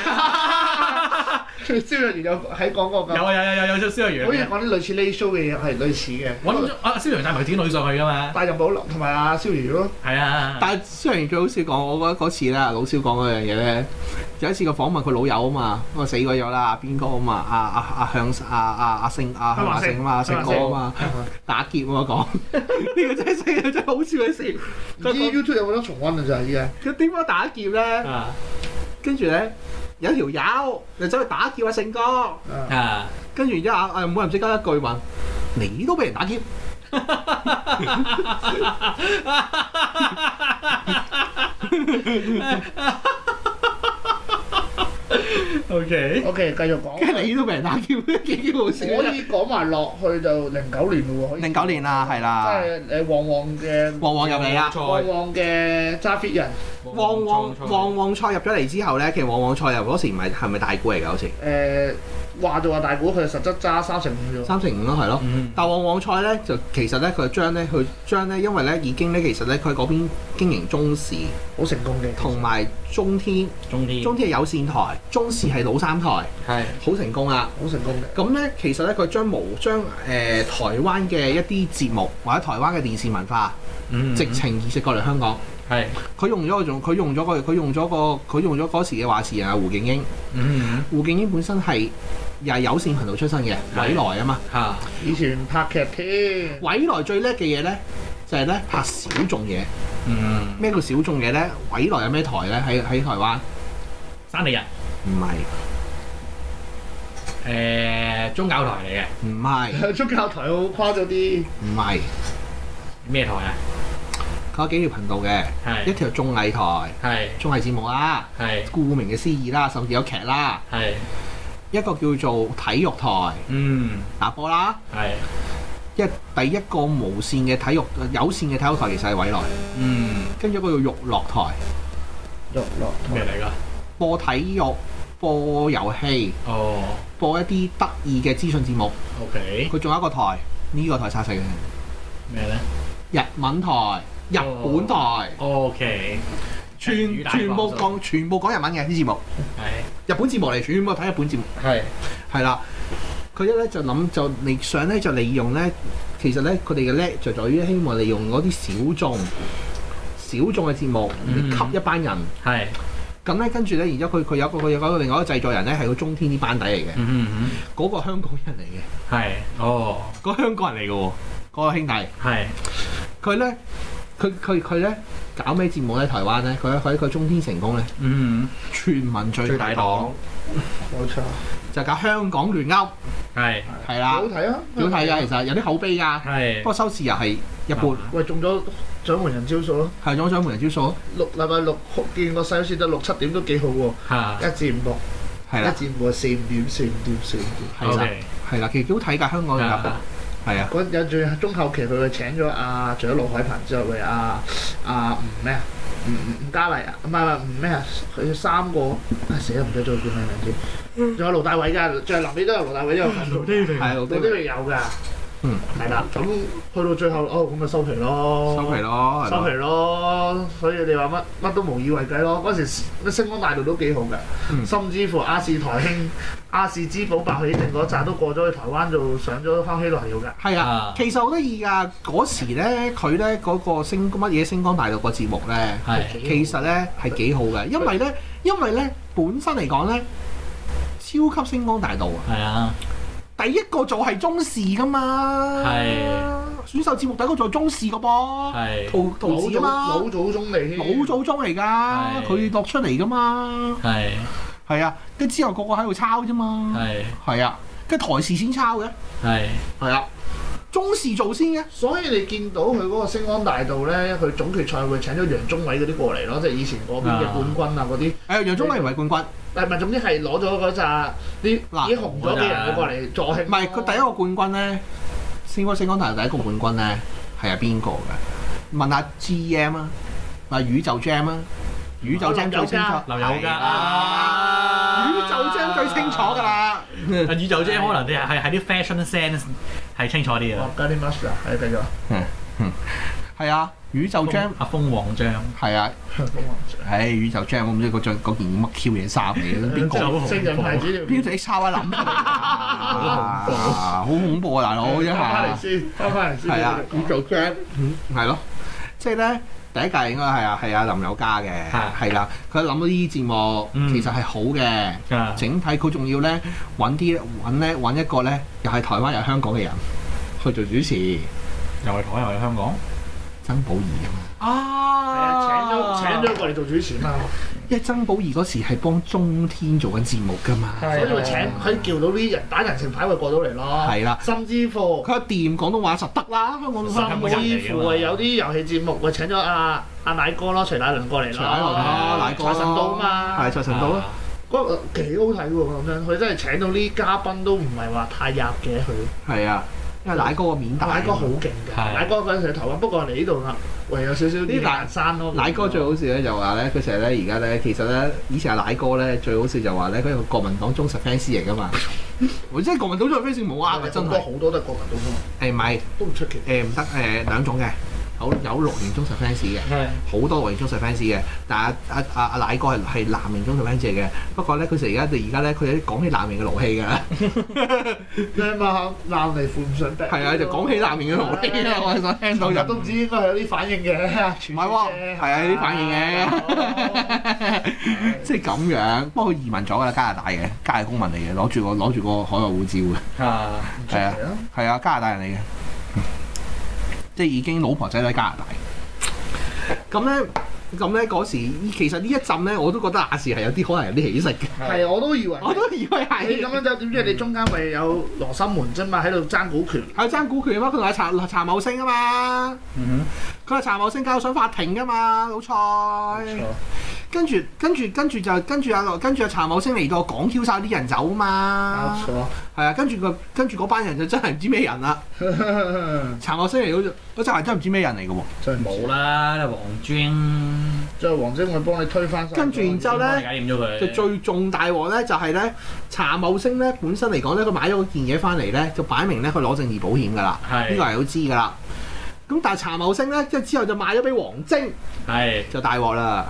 D: 蕭若元 *laughs* 有喺講過
B: 有
D: 㗎，
B: 啊有有有有有蕭若元
D: 好似
B: 嘅，
D: 講啲類似呢 show 嘅嘢係類似嘅。
B: 揾咗啊蕭若元帶埋條女上去噶嘛，
D: 但係任寶林同埋阿蕭如咯，
B: 係啊，
C: 但係雖然最好笑講，我覺得嗰次啦，老蕭講嗰樣嘢咧，有一次個訪問佢老友啊嘛，我死鬼咗啦，邊個啊嘛，阿阿阿向阿阿阿勝阿向華勝啊嘛，阿勝哥啊嘛，打劫啊嘛講， *laughs* 呢個真係死真係好笑嘅事。
D: 唔知 YouTube 有冇得重温啊？就係依家
C: 佢點解打劫咧？
B: 啊
C: 跟住咧有條友就走去打劫阿勝哥，
D: 啊
B: 啊
C: 跟住然之後阿每人即刻一句問：你都俾人打劫？
B: ，OK。
D: ，OK，繼續講。
C: 跟住你都俾人打劫，幾好笑。
D: 可以講埋落去就零九年咯喎，可以
C: 零九年啦，係
D: 即
C: 啦，
D: 係誒旺旺嘅
C: 旺旺入嚟啊啦。
D: 旺旺嘅揸 fit 人
C: 旺旺旺旺賽入咗嚟之後咧，其實旺旺賽入嗰時唔係係咪大股嚟㗎？好似
D: 誒話就話大股，佢實質揸三成五啫喎。
C: 三成五咯，係咯。
B: 嗯
C: 但旺旺賽咧就其實咧佢將咧佢將咧，因為咧已經咧其實咧佢嗰邊經營中視
D: 好成功嘅，
C: 同埋中天，
B: 嗯中天
C: 中天係有線台，中視係老三台，
B: 係
C: 好成功啦。
D: 好成功嘅。
C: 咁咧其實咧佢將無將誒、呃台灣嘅一啲節目或者台灣嘅電視文化、
B: 嗯
C: 直情移植過嚟香港。
B: 係
C: 佢用咗個仲佢用咗個佢用咗個佢用咗嗰時嘅話事人啊胡景英。
B: 嗯
C: 胡敬英本身係又係有線頻道出身嘅，
B: 係
C: 偉來啊嘛。
B: 嚇
D: 以前拍劇 *laughs* 添，
C: 偉來最叻嘅嘢咧，就係、咧拍小眾嘢。
B: 嗯
C: 咩叫小眾嘢咧？偉來有咩台咧？喺喺台灣
B: 山地人
C: 唔係
B: 誒宗教台嚟嘅
C: 唔係
D: 宗教台好誇咗啲，
C: 唔係，
B: 咩台啊？
C: 佢有幾條頻道嘅，一
B: 係
C: 條綜藝台，
B: 係
C: 綜藝節目啦，
B: 係
C: 顧名嘅思義啦，甚至有劇啦。
B: 係
C: 一個叫做體育台
B: 嗯
C: 打波啦，
B: 係
C: 一第一個無線嘅體育有線嘅體育台其實係偉來，
B: 嗯
C: 跟住一個叫育樂台
D: 落落
B: 咩嚟㗎？
C: 播體育、播遊戲。
B: 哦
C: 播一啲得意嘅資訊節目。
B: ，OK
C: 佢仲有一個台，呢、個台殺死嘅
B: 咩咧
C: 日文台、日本台，
B: ？OK
C: 全全部講全部講日文嘅啲節目，
B: 係
C: 日本節目嚟，全部睇日本節目，
B: 係
C: 係啦。佢一咧就諗就你想咧就利用咧，其實咧佢哋嘅叻就在於希望利用嗰啲小眾。小眾嘅節目，
B: 嗯
C: 吸一班人，
B: 係
C: 咁咧跟住咧，然之後佢佢有一個佢有一個另外一個製作人咧，係個中天啲班底嚟嘅，
B: 嗯嗯
C: 嗰、個香港人嚟嘅，
B: 係哦
C: 嗰、個香港人嚟嘅喎，嗰、個兄弟。
B: 係
C: 佢咧，佢佢佢咧搞咩節目咧？台灣咧，佢佢佢中天成功咧，
B: 嗯
C: 全民最大黨
D: 冇錯，
C: 就搞香港亂勾，
B: 係
C: 係啦，
D: 好睇啊！
C: 好睇㗎，其實有啲口碑㗎，不
B: 係
C: 過收視又係一般，
D: 喂，中咗獎門人招數咯，
C: 係咗獎門人招數，
D: 六禮拜六見個細好似得六七點都幾好喎，
B: 嚇
D: 一至五六，
C: 係啦
D: 一，至五啊四五點四五點四五點。
C: 係啦，
B: OK
C: 係啦，其實幾好睇㗎，香港
B: Dạ.
C: 嘅格局，係啊，
D: 嗰有最中後期佢係請咗阿除咗盧海鵬之外，喂阿阿吳咩啊？吳吳吳嘉麗啊，唔係唔係吳咩啊？佢三個啊死啦，唔記得咗佢叫咩名添。仲有盧大偉㗎，最後臨尾都有盧大偉都有份做。
C: 係
D: 盧
C: 老都
D: 大偉都有㗎。
C: 嗯，
D: 係啦，咁去到最後，哦，咁咪收皮咯，
C: 收皮，咯，係
D: 哦收皮
C: 咯，
D: 咯。所以你話乜乜都無以為繼咯。嗰時咩星光大道都幾好㗎，
C: 嗯
D: 甚至乎亞視台興、亞視之寶、白起定嗰扎都過咗去台灣度上咗翻希羅耀㗎。
C: 係啊
B: 啊，
C: 其實好得意㗎，嗰時咧佢咧嗰個星乜嘢星光大道個節目咧。
B: 係
C: 其實咧係幾好嘅，因為咧，因為咧本身嚟講咧，超級星光大道啊，
B: 係啊
C: 第一個做係中視噶嘛，
B: 係
C: 選秀節目第一個做中視個噃，
B: 係
C: 陶陶
D: 老
C: 子啊
D: 祖
C: 嘛
D: 老，祖宗嚟添，
C: 老祖宗嚟㗎，
B: 係
C: 佢落出嚟㗎嘛，
B: 係
C: 係啊，跟之後個個喺度抄啫嘛，
B: 係
C: 係啊，跟台視先抄嘅，
B: 係
C: 係啊，中視做先嘅，
D: 所以你見到佢嗰個星光大道咧，佢總決賽會請咗楊宗緯嗰啲過嚟咯，即係以前嗰邊嘅冠軍啊嗰啲，
C: 誒哎楊宗緯唔係冠
D: 但係咪總之係攞咗嗰扎啲已經紅咗嘅人過嚟助
C: 軍，
D: 興咯。
C: 唔係佢第一個冠軍咧，星光星光大道第一個冠軍咧係啊邊個嘅？問下 GM 啊，嗱宇宙 Jam 啊，宇宙 Jam 最清楚，
B: 劉友
C: 係
B: 嘉
C: 啊宇宙 Jam 最清楚㗎啦。
B: 啊宇宙姐可能你係係喺啲 fashion sense 係清楚啲
D: 哦
B: 啊，
D: 加啲 master 係繼續。
C: 係啊，宇宙 jam
B: 阿蜂王醬，
C: 係啊，
D: 香港王者
C: 唉，宇宙 jam 我唔知嗰張嗰件乜 Q 嘢衫嚟嘅，邊個
B: 真係好恐怖
D: 聖人牌子條
C: 邊隊抄啊諗出嚟㗎？好恐怖啊！大佬真
D: 翻翻嚟
C: 係，
D: 先，翻翻嚟先。
C: 係啊
D: 宇宙 jam
C: 係咯，即係咧。第一屆應該係啊，係啊林宥嘉嘅，
B: 係
C: 係啦，佢諗到呢啲節目
B: 嗯
C: 其實係好嘅，
B: 啊
C: 整體佢仲要咧揾啲揾咧揾一個咧又係台灣又係香港嘅人去做主持，
B: 又係台又係香港
C: 曾寶儀啊嘛。
D: 係
B: 啊
D: 啊，請咗請咗過嚟做主持嘛，
C: 因為曾寶儀嗰時係幫中天做緊節目㗎嘛，
D: 所以咪請可以叫到啲人打人情牌，咪過到嚟咯。
C: 係啦
D: 甚至乎
C: 佢一掂廣東話就得啦，香港都
D: 甚
B: 實
D: 至
B: 香港人嚟㗎嘛
D: 乎係啊有啲遊戲節目，咪請咗阿阿奶哥咯，徐乃麟過嚟
C: 徐
D: 咯，
C: 乃麟啦，啊奶哥啦
D: 財神到嘛，
C: 係財神到啦，
B: 啊
D: 嗰個幾好睇喎咁樣，佢真係請到啲嘉賓都唔係話太入嘅佢。
C: 係啊，因為奶哥個面大，啊
D: 奶哥好勁㗎，
B: 係
D: 奶哥嗰陣時喺台灣，不過嚟呢度啦，唯有少少
C: 呢
D: 啲
C: 奶
D: 難山咯。
C: 奶哥最好笑咧就話咧，佢成日咧而家咧，其實咧以前阿奶哥咧最好笑就話咧，佢係個國民黨忠實 fans 嚟㗎嘛，我真係國民黨忠實 fans 冇
D: 哇！
C: 啱嘅，真
D: 中
C: 係
D: 國好多都係啊國民黨㗎嘛，
C: 誒唔係
D: 都唔出奇。
C: 誒唔得誒兩種嘅，有有綠營忠實 fans 嘅。
B: Dạ.
D: 係
C: 好多外型忠實 fans 嘅，但係阿阿阿奶哥係係南型忠實 fans 嚟嘅。不過咧，佢成而家而家咧，佢一講起南型嘅勞氣㗎 *laughs* 啦，
D: 你嘛鬧嚟扶唔上壁。
C: 係啊，就講起南型嘅勞氣啊
D: *laughs*
C: 啦，我係想聽到
D: 到
C: 就
D: 日都唔知應該係有啲反應嘅，唔
C: 唔係喎，係啊，有啲反應
D: 啊
C: 嘅，即係咁樣。不過佢移民咗㗎啦，加拿大嘅，加拿大公民嚟嘅，攞住個攞住個海外護照嘅，
B: 啊
C: *laughs* 係啊，係啊，加拿大人嚟嘅，即係已經老婆仔都喺加拿大。咁咧，咁咧嗰時，其實呢一陣咧，我都覺得亞視係有啲可能有啲起
D: *laughs*
C: 色嘅，
D: 係啊，我都以為
C: 我都以為係
D: 你。咁樣就點知你中間咪有羅生門啫嘛，喺度爭股權。
C: 係爭股權啊嘛，佢同阿查查某星啊嘛，
B: 嗯
C: 佢係查某星交上法庭噶嘛，老蔡。跟住跟住跟住就跟住阿跟住阿查某星嚟到講 Q 晒啲人走啊
D: 冇
C: 嘛，
D: 錯，
C: 係啊，跟住個跟住嗰班人就真係唔知咩人啦。
D: 錯，
C: 查某星嚟到嗰陣係真係唔知咩人嚟嘅喎，
D: *laughs* 真
B: 哼，
D: 係冇
B: 冇
D: 啦。
B: 啦，黃磚。
D: 最後黃晶會幫你推翻晒。
C: 跟住然之後呢
B: 解驗咗佢，
C: 就最重大鑊咧就係咧查某星咧本身嚟講咧，佢買咗件嘢翻嚟咧，就擺明咧佢攞正義保險㗎啦，
B: 係
C: 呢個係好知㗎啦。咁但係查某星咧，即係之後就賣咗俾黃晶，
B: 係，
C: 就大鑊啦。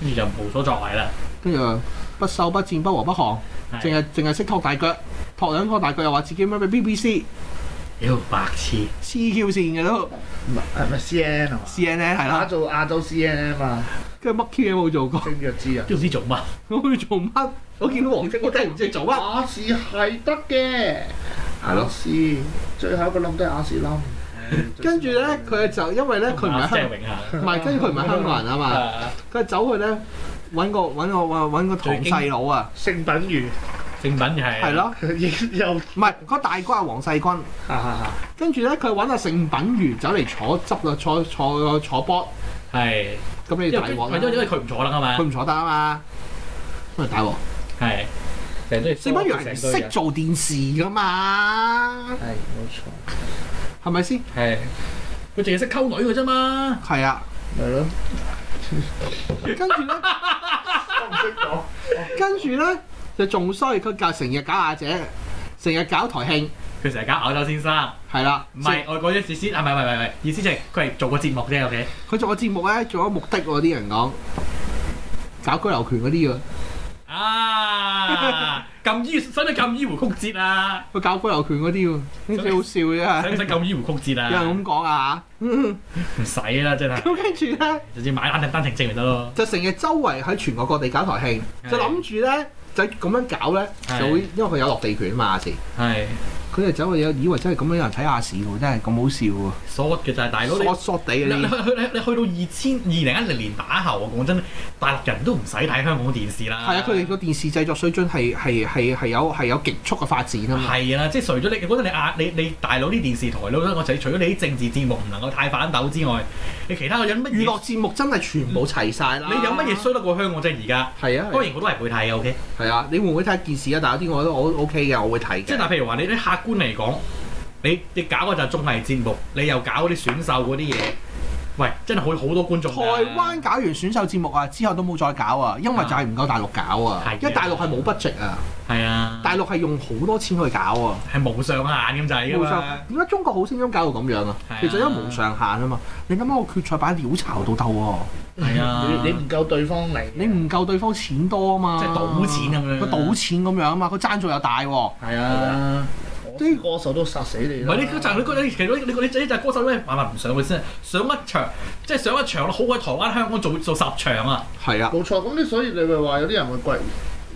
B: 跟住就無所作為啦。
C: 跟住話不秀不戰不和不降，
B: 係
C: 淨係淨係識托大腳，托兩拖大腳又話自己咩咩 BBC
B: 妖白痴，
C: 黐 Q 線嘅都
D: 唔係係咪 C N 啊嘛？
C: CNN 係
D: 打
C: 啦，
D: 造亞洲 C N N 嘛，
C: 跟住乜 Q 嘢冇做過，
D: 正弱智人。
B: 都唔知做乜。
C: 我要做乜？我見到黃晶我真係唔知佢做乜。
D: 亞視係得嘅，
C: 係咯
D: 亞視最後一個冧都係亞視冧。
C: 跟住咧，佢就因為咧佢唔係
B: 阿
C: 香，
B: 鄭永下，
C: 唔係跟住佢唔係香港人啊嘛，
B: 啊
C: 佢走去咧揾個揾個揾個堂細佬啊，
D: 性品如 *laughs*
B: 正品就係
C: 係，咯，
D: 亦又
C: 唔係嗰大哥阿黃世軍，跟住咧佢揾阿盛品如走嚟坐執啦，坐坐坐 b
B: 係
C: 咁你
B: 因
C: 大
B: 為
C: 鑊
B: 因為因
C: 啦，
B: 為哦佢唔坐得啊嘛
C: 佢，唔坐得啊嘛，咁咪大鑊。
B: 係成堆
C: 四不如係識做電視噶嘛，
D: 係冇錯，
C: 係咪先？
B: 係佢淨係識溝女嘅啫嘛，
C: 係啊，
D: 咪咯，
C: 跟住
B: *laughs*
C: 咧，
D: *laughs* 我唔識講。
C: 跟住咧就仲衰，佢搞成日搞阿姐，成日搞台慶，
B: 佢成日搞亞洲先生，
C: 係啦，
B: 唔係我嗰啲意思啊，唔係唔係唔係唔係，意思就係佢係做個節目啫，OK，
C: 佢做個節目咧，做咗目的喎，啲人講搞居留權嗰啲啊，
B: 啊，禁醫使唔使禁醫胡曲折啊？
C: 佢搞居留權嗰啲喎，呢最好笑嘅
B: 使唔
C: 真係
B: 使禁醫胡曲折
C: 有人
B: 啊？
C: 咁講啊嚇，嗯
B: 唔使啦，真係，
C: 咁跟住咧
B: 直接買單定單程證咪得咯，
C: 就成日周圍喺全國各地搞台慶，
B: 係
C: 就諗住咧就咁樣搞咧，
B: 係
C: 就會因為佢有落地權啊嘛，有時
B: 係。
C: 佢哋走去有以為真係咁樣有人睇亞視喎，真係咁好笑喎。
B: short 嘅就係大佬你
C: 索索地
B: 你你
C: 嘅
B: *laughs*
C: 呢？
B: 去你你去到二千二零一零年打後，我講真，大陸人都唔使睇香港電視啦。
C: 係啊，佢哋個電視製作水準係係係係有係有極速嘅發展啊嘛。
B: 係啊，即係除咗你嗰陣你亞你你大佬啲電視台佬咧，我就除咗你啲政治節目唔能夠太反斗之外，你其他有乜嘢？
C: 娛樂節目真係全部齊晒啦。
B: 你有乜嘢？衰得過香港啫？而家
C: 係啊，
B: 當然我都係會睇嘅，OK。
C: 係啊，你會唔會睇電視啊？但有啲我覺得我 OK 嘅，我會睇
B: 即係
C: 嘅。
B: 但係譬如話你啲客觀嚟講，你你搞嘅就係綜藝節目，你又搞嗰啲選秀嗰啲嘢，喂，真係好好多觀眾㗎。
C: 台灣搞完選秀節目啊，之後都冇再搞啊，因為就係唔夠大陸搞啊
B: 係，嘅
C: 因為大陸係冇 budget 啊，
B: 係啊，
C: 大陸係用好多錢去搞啊。
B: 係無上限咁滯㗎
C: 冇錯
B: 啊嘛。，
C: 點解中國好聲音搞到咁樣啊
B: 係啊？
C: 其實因為無上限啊嘛，你諗下個決賽擺鳥巢度鬥喎，
B: 係啊
D: *laughs* 你你唔夠對方嚟，
C: 你唔夠對方錢多啊嘛，
B: 即係賭錢咁啊樣
C: 佢賭錢咁樣啊嘛，佢爭做又大喎，
B: 係啊，
D: 啲歌手都殺死你
B: 唔
D: 啦。
B: 係你嗰陣，你嗰陣，其實嗰啲你嗰啲你就係歌手咩萬萬唔上去先，上一場即係上一場好過台灣香港做做十場啊！
C: 係啊，
D: 冇錯，咁你所以你咪話有啲人會貴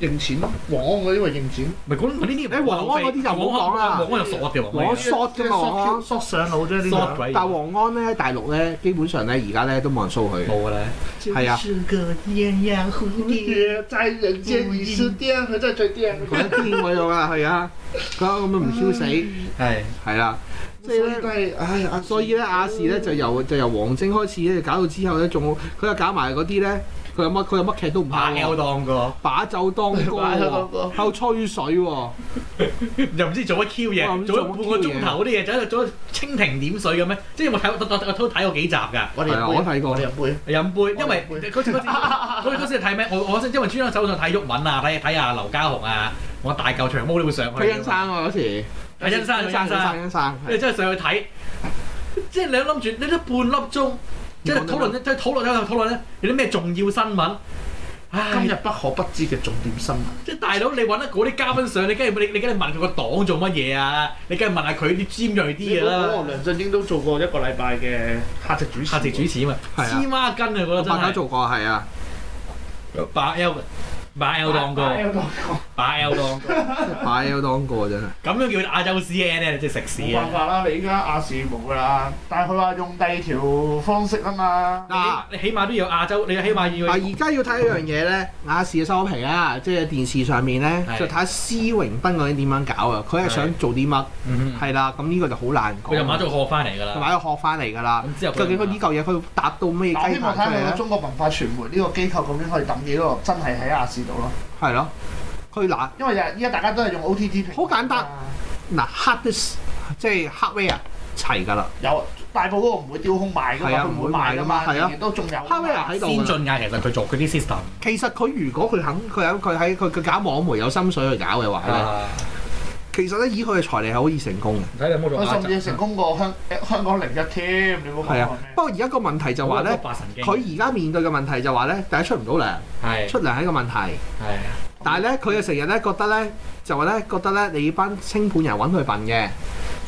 D: 認錢咯，黃安嗰啲咪認錢，
B: 咪嗰嗰呢啲
C: 你黃安嗰啲就唔好講啦
B: 黃安就傻嘅黃
C: 黃安
B: 安
C: 我 short 啫嘛黃安
D: short 上腦啫呢
B: 傻
D: 個。
B: 鬼
C: 但係黃安咧，大陸咧，基本上咧而家咧都冇人騷佢，
B: 冇嘅咧，
C: 係啊
D: 就是個鴛鴦
C: 嗯
D: 蝴蝶在人間，你是癲，啊佢真係最癲。
C: 佢一癲鬼咗啦，係啊，佢咁樣唔燒死，
B: 係
C: 係啦，即
D: 所
C: 係
D: 以
C: 咧
D: 都。係，唉，阿
C: 所以咧，亞視咧就由就由王晶開始咧，搞到之後咧，仲佢又搞埋嗰啲咧，佢有乜佢有乜劇都
B: 馬
C: 唔拍
B: L
C: 喎，
B: 當過，
C: 把酒當歌
D: 把酒當
C: 喎
D: 歌，
C: 喺度吹水喎，
B: 又唔知做乜 Q
C: 哇唔
B: 嘢，
C: 知
B: 做
C: 做
B: 咗
C: 乜
B: 半個
C: Q
B: 鐘頭嗰啲嘢，就喺度做蜻蜓點水嘅咩？即係我睇我我我都睇過幾集㗎。
D: 我
C: 係啊，我
D: 哋
C: 睇過
D: 我。哋入杯，
B: 飲杯，因為
D: 我飲杯
B: 嗰次嗰次嗰嗰次睇咩？我我因為專登走上睇鬱文啊，睇睇下劉家雄啊，我大舊長毛都會上去。
C: 佢欣生啊嗰時，
B: 係欣生，係欣生，
C: 欣生，
B: 你真係上去睇，即係你諗住你都半粒鐘，即係討論即係討論喺度討論咧，有啲咩重要新聞？唉
D: 今日，不可不知嘅重點新聞。
B: 即係大佬你揾得嗰啲嘉賓上，你梗係你你梗係問佢個黨做乜嘢啊？你梗係問下佢啲尖鋭
D: 你
B: 啲嘢
D: 冇講我
B: 啦。
D: 梁振英都做過一個禮拜嘅客席主持，
B: 客席主持啊嘛，
C: 係啊
B: 黐孖筋啊！我覺得
C: 我
B: 真
C: 八九
B: 係
C: 做過係啊，
B: 把 L 把 L 當過，
D: 有當過，
B: 把 L 當過。
C: 擺都當過真係。
B: 咁樣叫亞洲 CN 咧，即係食
D: 冇
B: 屎
D: 辦
B: 啊！
D: 法啦，你而家亞視冇㗎啦，但係佢話用第二條方式啊嘛。
C: 嗱，
B: 你起碼都要亞洲，你起碼要
C: 但而家要睇一樣嘢咧，亞視嘅收皮啊，即係電視上面咧，
B: 係
C: 就睇下施榮斌嗰啲點樣搞啊，佢係想做啲乜，
B: 嗯哼
C: 係啦，咁呢個就好難講。
B: 佢就買咗個翻嚟㗎
C: 佢
B: 啦。
C: 買咗學翻嚟㗎啦
B: 咁之後，佢
C: 究竟佢呢嚿嘢佢搭到咩雞
D: 嗱，我希
C: 飯
D: 望
C: 出
D: 睇下
C: 嚟
D: 佢個
C: 咧？
D: 中國文化傳媒呢個機構究竟可以抌幾多個真係喺亞視度咯，
C: 係咯，佢嗱
D: 因為日依家大家都係用 OTT 平台啊
C: 好簡單嗱 hard disk 即係 hardware 齊㗎啦
D: 有大埔嗰個唔會丟空賣㗎嘛，
C: 係啊
D: 佢唔會
C: 唔會賣
D: 賣
C: 㗎
D: 㗎
C: 嘛
D: 嘛，
C: 係啊
D: 仍然都仲有㗎嘛。
C: ，hardware 啊喺度㗎
B: 先
C: 啦
B: 進㗎，其實佢做佢啲 system。
C: 其實佢如果佢肯，佢喺佢喺佢佢搞網媒有心水去搞嘅話
B: 啊
C: 咧，其實咧以佢嘅財力係可以成功嘅。
B: 睇你有冇做
D: 佢哦甚至成功過香香港零一添，你冇講
C: 係啊
D: 過咩，
C: 不？過而家個問題
B: 嗯
C: 就話咧，
B: 八神經。
C: 佢而家面對嘅問題就話咧，第一出唔到糧，
B: 係
C: 出糧係一個問題。
B: 係啊
C: 但係咧，佢又成日咧覺得咧，就話咧覺得咧，你班清盤人揾佢笨嘅，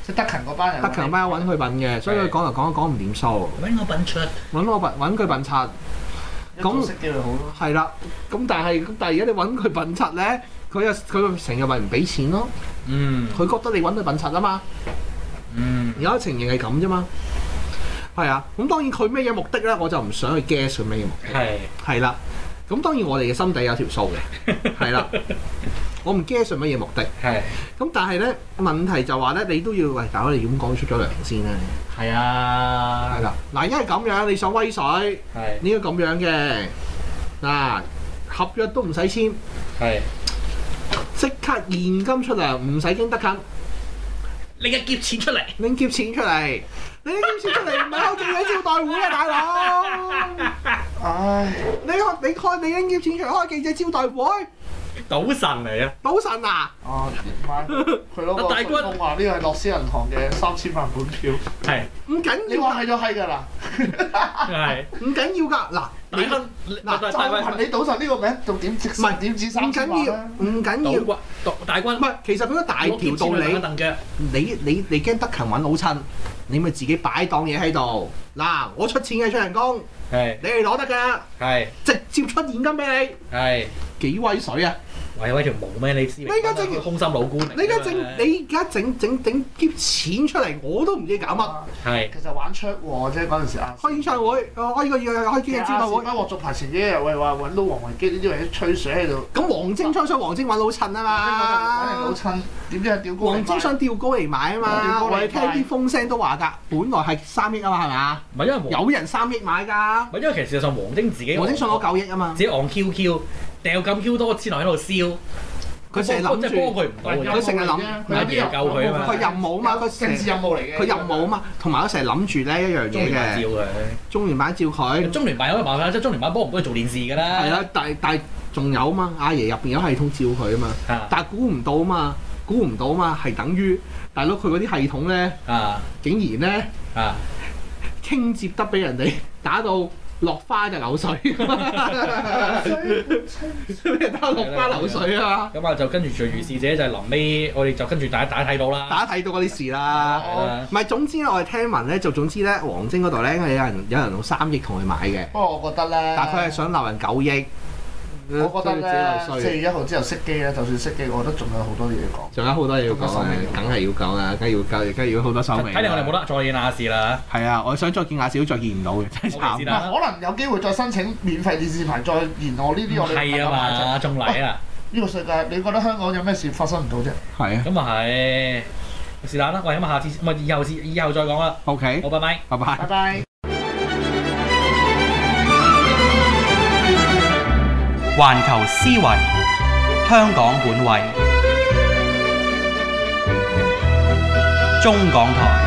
D: 即係德勤嗰班人，
C: 德勤班友揾佢笨嘅，所以佢講嚟講去講唔掂數，
B: 揾我笨出。
C: 揾我笨揾佢笨柒，
D: 一早識啲佢好咯。
C: 係啦。咁但係咁但係而家你揾佢笨柒咧，佢又佢成日咪唔俾錢咯，
B: 嗯
C: 佢覺得你揾佢笨柒啊嘛。
B: 嗯
C: 而家情形係咁啫嘛。係啊，咁當然佢咩嘢目的咧，我就唔想去 guess 佢咩嘢目的。
B: 係
C: 係啦，咁當然我哋嘅心底有條數嘅，係啦。我唔 guess 佢乜嘢目的。
B: 係
C: 咁但係咧問題就話咧，你都要喂大佬，你點講出咗糧先咧？
B: 係啊
C: 係啦，嗱，因為咁樣你想威水，
B: 係
C: 你要咁樣嘅嗱，合約都唔使簽，
B: 係。
C: 即刻現金出糧，唔使經得近，
B: 你嘅劫錢出嚟，
C: 拎劫錢出嚟，你拎劫錢出嚟唔係開記者招待會啊，大佬！
D: 唉，
C: 你開你開你拎劫錢出嚟開記者招待會，
B: 賭神嚟啊！
C: 賭神啊！
D: 哦，唔
C: *laughs*
D: 係佢攞個
B: 大
D: 信
B: 軍
D: 封話呢個係樂斯銀行嘅三千萬
C: *laughs*
D: 本票，
B: 係
C: 唔緊
D: 你
C: 要
D: 話
C: 㗎，
D: 係就係㗎啦。
B: 係。
C: *laughs* 唔緊要㗎。嗱，
B: 大亨大
C: 嗱
D: 就 *laughs* 憑
B: 大
D: 你賭神呢個名，仲點值？
C: 唔係
D: 點止
C: 唔
D: 三千
C: 緊
D: 萬
C: 要
D: 啦？，
C: 唔緊要
B: 賭。軍大
C: 唔
B: 軍，
C: 係，其實佢都大條
B: 啊
C: 道理。
B: 凳腳。
C: 你你你驚得勤揾老襯，你咪自己擺檔嘢喺度。嗱，我出錢嘅出人工，
B: 係
C: 你哋攞得㗎，
B: 係
C: 直接出現金俾
B: 係。
C: 你，幾威水啊！
B: 喂喂條毛咩？你知
C: 你而家整
B: 空心老官嚟㗎嘛，
C: 你而家整，你而家整整整啲錢出嚟，我都唔知搞乜。
B: 係
D: 其實玩出和啫嗰陣時啊。
C: 開演唱會，呃開個開
D: 其
C: 經
D: 實
C: 濟招待
D: 亞
B: 啊
C: 會
D: 視，不獲續牌前幾日，喂話揾到黃維基呢啲人吹水喺度，
C: 咁王晶想想王晶揾老襯啊
D: 揾人老
C: 嘛。
D: 襯，點知係吊高
C: 王
D: 嚟
C: 晶
D: 賣。
C: 想調高嚟買啊
D: 調
C: 嘛，
D: 高嚟
C: 我哋聽
D: 買
C: 啲風聲都話㗎，本來係三億啊嘛，係咪啊？
B: 唔係因為黃
C: 有人三億買㗎
B: 唔，係因為其實事實上黃丁自己
C: 王晶想攞九億啊嘛
B: 自，己按 QQ 掉咁 Q 多錢落喺度燒，
C: 佢成日諗
B: 即係
C: 住
B: 幫佢唔到
D: 喂
B: 嘅
C: 佢成日諗
D: 佢有啲人
B: 佢有嘢救佢啊嘛
C: 佢任務啊嘛，佢成
D: 政治任務嚟嘅，
C: 佢任務啊嘛，同埋佢成日諗住咧一樣
B: 中
C: 嘢
B: 聯辦照
C: 嘅，
B: 佢。
C: 中聯版照佢
B: 中聯辦有咩辦法？即係中聯辦幫唔到佢做電視㗎啦。
C: 係啦，但係但係仲有啊嘛，阿爺入邊有系統照佢啊嘛，
B: 啊，
C: 但係估唔到啊嘛，估唔到啊嘛，係等於大佬佢嗰啲系統咧，
B: 啊
C: 竟然咧
B: 啊！
C: 傾接得俾人哋打到落花就流水，俾人打到落花流水啊！
B: 咁啊，就跟住最如是者就係臨尾，我哋就跟住大家大家睇到啦。
C: 大家睇到嗰啲事啦。
B: 係啦
C: 唔係，總之我哋聽聞咧，就總之咧，黃晶嗰度咧係有人有人用三億同佢買嘅，
D: 不過我覺得咧，
C: 但佢係想鬧人九億。
D: 我覺得咧，
C: 自
D: 四
C: 己
D: 月一號之後熄機咧，就算熄機，我覺得仲有好多嘢講。
C: 仲有好多嘢要講啊，梗係要講啦，梗係要講，梗係要好多收尾。啊
B: 睇嚟我哋冇。得再亞視啦。
C: 係啊，我想再見亞視都再見唔到嘅，真係
B: 我哋知
C: 慘。
B: 啦
D: 嗱，可能有機會再申請免費電視牌，再延我呢啲我哋
B: 係啊嘛，仲嚟啊！
D: 呢個世界，你覺得香港有咩事發生唔到啫？
C: 係啊
B: 咁啊係，是但啦。喂，咁啊，下次咪以後先，以後再講啦。
C: ，OK，
B: 好，拜拜。
C: 拜拜
D: 拜。拜。
A: 環球思維，香港本位，中港台。